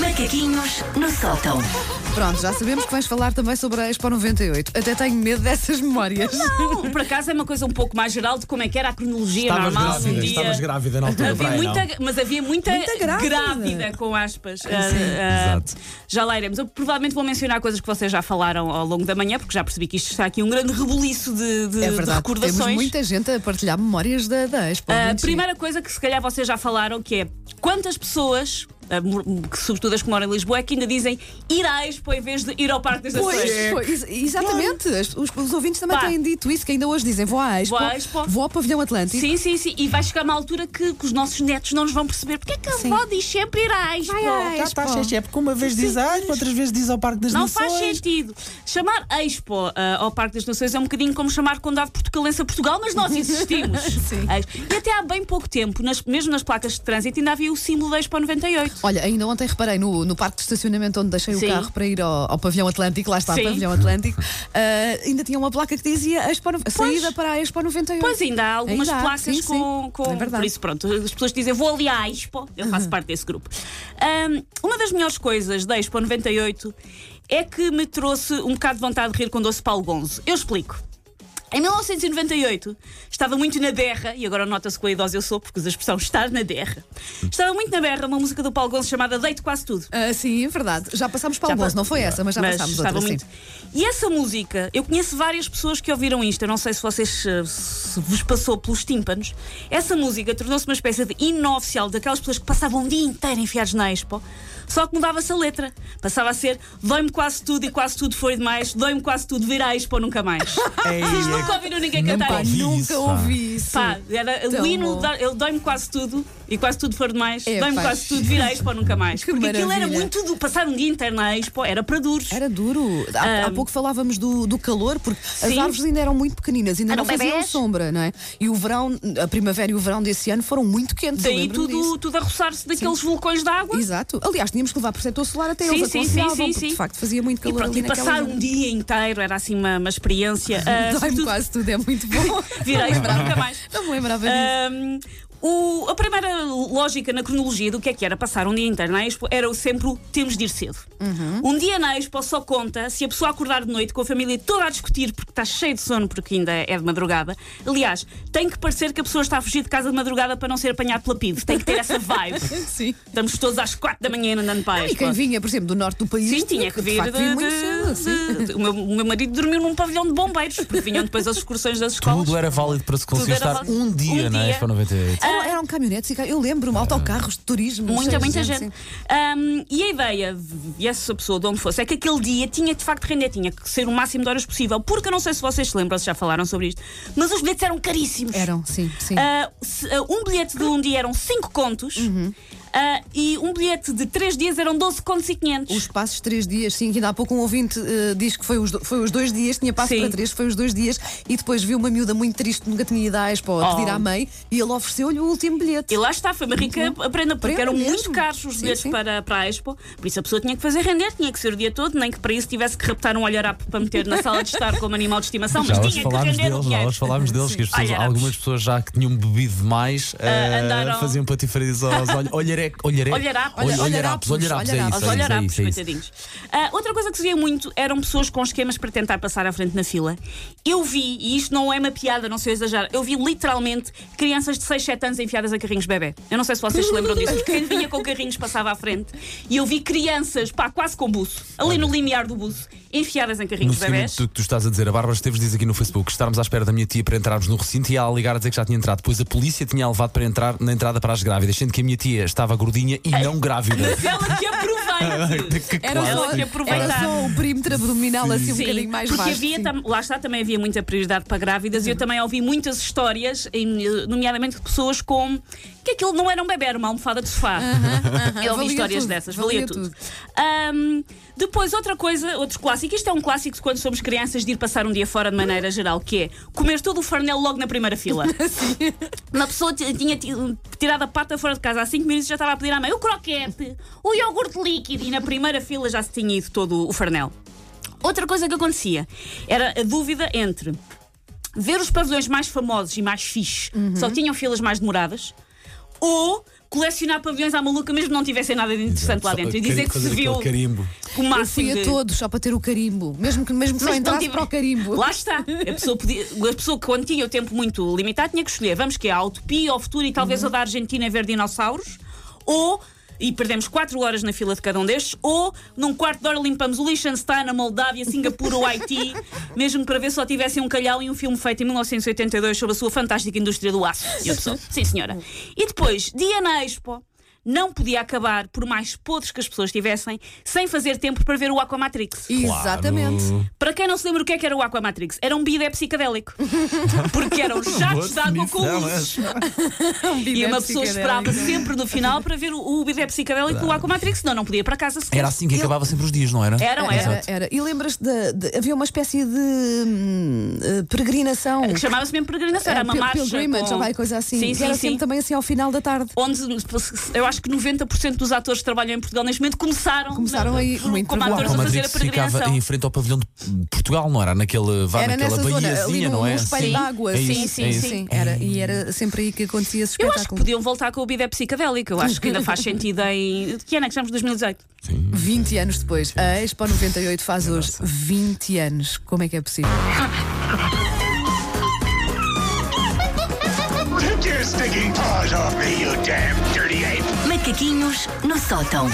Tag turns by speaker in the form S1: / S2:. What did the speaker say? S1: Macaquinhos no sótão.
S2: Pronto, já sabemos que vais falar também sobre a Expo 98. Até tenho medo dessas memórias.
S3: Não, por acaso é uma coisa um pouco mais geral de como é que era a cronologia
S4: Estavas
S3: normal de um
S4: grávida,
S3: dia.
S4: estavas grávida na altura.
S3: Havia
S4: Brian, não?
S3: muita, mas havia muita,
S2: Muita grávida.
S3: grávida. com aspas. Ah, ah,
S4: Exato.
S3: já lá iremos. Eu provavelmente vou mencionar coisas que vocês já falaram ao longo da manhã, porque já percebi que isto está aqui um grande rebuliço de, de-
S2: É
S3: de
S2: verdade,
S3: recordações.
S2: temos muita gente a partilhar memórias da, da Expo.
S3: A
S2: muito
S3: Ah, primeira coisa que se calhar vocês já falaram que é quantas pessoas. ah, mo- que Sobretudo as que moram em Lisboa, é que ainda dizem ir à Expo em vez de ir ao Parque das
S2: giro.
S3: Nações.
S2: Pois, pois,
S3: É.
S2: ex- exatamente. As- Os, os ouvintes também
S3: Pá.
S2: têm dito isso, que ainda hoje dizem vou à Expo,
S3: Vou à Expo.
S2: vou ao Pavilhão Atlântico.
S3: Sim, sim, sim. E vai chegar uma altura que, que os nossos netos não nos vão perceber. Porque é que a
S2: Sim.
S3: avó diz sempre ir à Expo?
S2: à
S4: Cá está, xixi, é porque uma vez diz ai, outras vezes diz ao Parque das
S3: Não
S4: Nações.
S3: faz sentido. Chamar Expo ah, ao Parque das Nações é um bocadinho como chamar Condado Portugalense a Portugal, mas nós insistimos.
S2: Sim.
S3: Expo. E até há bem pouco tempo, nas- mesmo nas placas de trânsito, ainda havia o símbolo da Expo 98.
S2: Olha, ainda ontem reparei no, no parque de estacionamento onde deixei
S3: Sim.
S2: o carro para ir ao, ao pavilhão Atlântico, lá está o
S3: Sim.
S2: pavilhão Atlântico, ah, ainda tinha uma placa que dizia Expo, no- saída para a Expo 98.
S3: Pois é. ainda há algumas
S2: Ainda há,
S3: placas
S2: sim,
S3: com.
S2: sim.
S3: com-
S2: É verdade.
S3: por isso, pronto, as pessoas dizem vou ali à Expo, eu faço parte desse grupo. Ahm, uma das melhores coisas da Expo 98 é que me trouxe um bocado de vontade de rir com Doce Paulo Gonzo. Eu explico. Em 1998, estava muito na berra, e agora nota-se qual idosa eu sou, porque usa a expressão estar na berra. Estava muito na berra uma música do Paulo Gonzo chamada Deito Quase Tudo.
S2: Ah, sim, é verdade. Já passámos para
S3: Já
S2: alguns,
S3: pa-
S2: não foi essa, mas já passámos
S3: estava
S2: outra. sim.
S3: muito. E essa música, eu conheço várias pessoas que ouviram isto, eu não sei se vocês eh, se vos passou pelos tímpanos. Essa música tornou-se uma espécie de hino oficial daquelas pessoas que passavam o dia inteiro enfiados na Expo, só que mudava-se a letra. Passava a ser dói-me quase tudo e quase tudo foi demais, dói-me quase tudo, vir à Expo nunca mais.
S4: Ei,
S3: Vocês
S4: é-
S3: nunca ouviram ninguém
S4: Nunca
S3: cantar
S2: Pá,
S3: isto?
S4: ouvi.
S2: nunca
S4: isso, pá.
S2: ouvi isso.
S3: Pá, era
S2: Tão
S3: o hino,
S2: bom.
S3: dá- ele dói-me quase tudo e quase tudo for demais,
S2: É,
S3: dói-me
S2: pá.
S3: quase tudo, vir à Expo nunca mais.
S2: Que
S3: Porque aquilo era
S2: maravilha.
S3: muito duro. Passar um dia inteiro na Expo era para duros.
S2: Era duro. Há, há pouco falávamos do, do calor, porque as
S3: Sim.
S2: árvores ainda eram muito pequeninas, ainda
S3: Eram
S2: não faziam
S3: bebés.
S2: sombra, não é? E o verão, a primavera e o verão desse ano foram muito quentes. eu
S3: Daí
S2: lembro-me
S3: tudo,
S2: disso.
S3: tudo a roçar-se daqueles vulcões de água.
S2: Exato. Aliás, tínhamos que levar protetor solar até
S3: Sim,
S2: eles
S3: sim, sim,
S2: aconselhavam,
S3: sim,
S2: porque
S3: sim.
S2: de facto fazia muito
S3: E,
S2: calor
S3: pronto,
S2: ali
S3: e
S2: naquela
S3: passar
S2: zona.
S3: um dia inteiro era assim uma, uma experiência. Ah,
S2: Dói-me
S3: sobretudo-
S2: quase tudo, é muito bom.
S3: Virei, nunca mais.
S2: Não me lembrava disso.
S3: Ahm, o- a primeira lógica na cronologia do que é que era passar um dia inteiro na Expo era o sempre o temos de ir cedo.
S2: Uhum.
S3: Um dia na Expo só conta se a pessoa acordar de noite com a família toda a discutir porque está cheio de sono porque ainda é de madrugada. Aliás, tem que parecer que a pessoa está a fugir de casa de madrugada para não ser apanhado pela PID. Tem que ter essa vibe.
S2: Sim.
S3: Estamos todos às 4 da manhã andando para a
S2: E
S3: Expo.
S2: quem vinha, por exemplo, do norte do país,
S3: Sim, tinha que
S2: é de
S3: vir de,
S2: facto, vinha muito cedo,
S3: de-
S2: sim.
S3: de- de- o, meu, o meu marido dormiu num pavilhão de bombeiros, porque vinham depois as excursões das escolas.
S5: Tudo é era válido para se conseguir
S3: era
S5: estar
S3: válido.
S5: um dia
S3: Um
S5: na
S3: dia.
S5: Expo 98.
S2: Eram, eram caminhonetes, e ca- eu lembro-me, autocarros de turismo.
S3: Ah. Muita,
S2: cheio de
S3: muita gente.
S2: sim.
S3: Ahm, e a ideia, viesse a pessoa de onde fosse, é que aquele dia tinha de facto de render, tinha que ser o máximo de horas possível, porque eu não sei se vocês se lembram, se já falaram sobre isto, mas os bilhetes eram caríssimos.
S2: Eram, sim, sim.
S3: Ah, se- ah, um bilhete de um dia eram 5 contos
S2: Uhum.
S3: ah, e um bilhete de 3 dias eram 12 contos e 500.
S2: Os passos três dias, sim, que ainda há pouco um ouvinte eh, diz que foi os, do- foi os dois dias, tinha passo
S3: Sim.
S2: para três, foi os dois dias, e depois viu uma miúda muito triste, nunca tinha ido à Expo a
S3: Oh.
S2: pedir à mãe, e ele ofereceu-lhe o último bilhete.
S3: E lá está, foi uma rica prenda, porque
S2: Prenda
S3: eram
S2: mesmo.
S3: muito caros os
S2: Sim,
S3: bilhetes
S2: sim.
S3: para, para a Expo, por isso a pessoa tinha que fazer render, tinha que ser o dia todo, nem que para isso tivesse que raptar um olharapo para meter na sala de estar como animal de estimação,
S5: Já
S3: mas
S5: hoje
S3: tinha que
S5: falámos
S3: render
S5: deles,
S3: o
S5: já
S3: dinheiro.
S5: hoje falámos deles, que as pessoas,
S3: Olha, Ah,
S5: algumas pessoas já que tinham bebido demais eh,
S3: andaram-
S5: faziam patifarias aos olhos. Olharé, olharé,
S3: Olharapos.
S5: olha-
S2: Olha-
S5: olharapos, olharapos, é
S2: olharapos.
S3: Aos
S5: isso, é isso, é
S3: olharapos,
S5: isso, é isso.
S3: coitadinhos. Ah, outra coisa que se via muito eram pessoas com esquemas para tentar passar à frente na fila. Eu vi, e isto não é uma piada, não sei exagerar, eu vi literalmente crianças de 6, 7 anos enfiadas a carrinhos bebê. Eu não sei se vocês se lembram disso, porque quem vinha com carrinhos passava à frente. E eu vi crianças, pá, quase com buço, ali no limiar do buço, enfiadas em
S5: No
S3: carrinhos bebés.
S5: seguimento do que tu estás a dizer, a Bárbara Esteves diz aqui no Facebook: estarmos à espera da minha tia para entrarmos no recinto e ela a ligar a dizer que já tinha entrado. Depois a polícia tinha a levado para entrar na entrada para as grávidas, sendo que a minha tia estava gordinha e não grávida.
S3: Mas ela que aproveita.
S5: Que
S2: Era,
S5: classe.
S2: só,
S3: Ela que aproveitava.
S2: era só o perímetro abdominal assim um
S3: Sim,
S2: bocadinho mais
S3: porque
S2: baixo. sim.
S3: havia
S2: Uhum.
S3: tam- lá está também havia muita prioridade para grávidas e eu também ouvi muitas histórias, em- eh, nomeadamente de pessoas com que aquilo não era um bebê, era uma almofada de sofá. Eu ouvi
S2: valia
S3: histórias
S2: tudo,
S3: dessas,
S2: valia
S3: valia, tudo. Ahm, depois, outra coisa, outro clássico, isto é um clássico de quando somos crianças de ir passar um dia fora de maneira geral, que é comer todo o farnel logo na primeira fila. Uma pessoa ti- tinha ti- tirado a pata fora de casa há 5 minutos e já estava a pedir à mãe o croquete, o iogurte líquido e na primeira fila já se tinha ido todo o farnel. Outra coisa que acontecia era a dúvida entre
S5: Uhum.
S3: ver os pavilhões mais famosos e mais fixes, só tinham filas mais demoradas, ou colecionar pavilhões à maluca, mesmo que não tivessem nada de interessante lá
S5: Só
S3: dentro. E
S5: quero
S3: dizer que
S5: fazer
S3: se viu
S5: aquele carimbo.
S3: com o
S2: Eu
S3: máximo.
S2: fui a
S3: de-
S2: todos só para ter o carimbo. Mesmo que, mesmo que só
S3: Mas não
S2: entrasse
S3: tive-
S2: para o carimbo.
S3: tipo Lá está. A pessoa, podia, a pessoa que quando tinha o tempo muito limitado tinha que escolher. Vamos que é a utopia, ao futuro e talvez
S2: Uhum.
S3: a da Argentina é ver dinossauros. Ou, e perdemos 4 horas na fila de cada um destes, ou num quarto de hora limpamos o Liechtenstein, a Moldávia, Singapura ou Haiti, mesmo para ver se só tivessem um calhau e um filme feito em 1982 sobre a sua fantástica indústria do aço. E a pessoa, sim senhora. E depois, dia na Expo. Não podia acabar, por mais podres que as pessoas tivessem, sem fazer tempo para ver o Aquamatrix.
S2: Exatamente.
S3: Para quem não se lembra o que é que era o Aquamatrix, era um bidé psicadélico. Porque eram jatos
S5: What
S3: de água
S5: Smith
S3: com
S5: Dallas?
S3: luzes. E uma pessoa esperava sempre no final para ver o, o bidé psicadélico do Aquamatrix, senão não podia ir para casa sequer.
S5: Era assim que acabava sempre os dias, não era?
S3: Eram, era.
S2: Era, era. E lembras-te de, de- Havia uma espécie de hum, eh, peregrinação.
S3: Que chamava-se mesmo peregrinação, era
S2: Eh,
S3: uma
S2: pil-
S3: marcha.
S2: Pilgrimage
S3: com-
S2: ou qualquer coisa assim.
S3: Sim,
S2: que
S3: sim,
S2: era
S3: sim.
S2: sempre também assim ao final da tarde.
S3: Onde eu acho que 90% dos atores que trabalham em Portugal neste momento começaram,
S2: Começaram
S3: na-
S2: aí,
S3: como
S2: muito
S3: como
S2: bem.
S5: O
S3: atores a fazer a
S5: Aquamatrix
S3: peregrinação.
S5: ficava em frente ao pavilhão de Portugal, não era? Naquele, vá,
S2: Era
S5: naquela
S2: nessa zona, ali
S5: baiazinha,
S2: num
S5: não é?
S2: num espelho
S5: Sim.
S2: d'água.
S5: É
S2: sim,
S5: isso,
S2: sim,
S5: é
S2: sim.
S5: isso.
S2: Era, e era sempre aí que acontecia esse
S3: Eu acho que
S2: espetáculo.
S3: podiam voltar com o bidé psicadélico. Eu acho que ainda faz sentido em. De que ano é que estamos? 2018.
S2: 20 anos depois. A Expo 98 faz hoje 20 anos. Como é que é possível?
S6: Take your stinking paws off me, you damn dirty ape!
S1: Macaquinhos no sótão.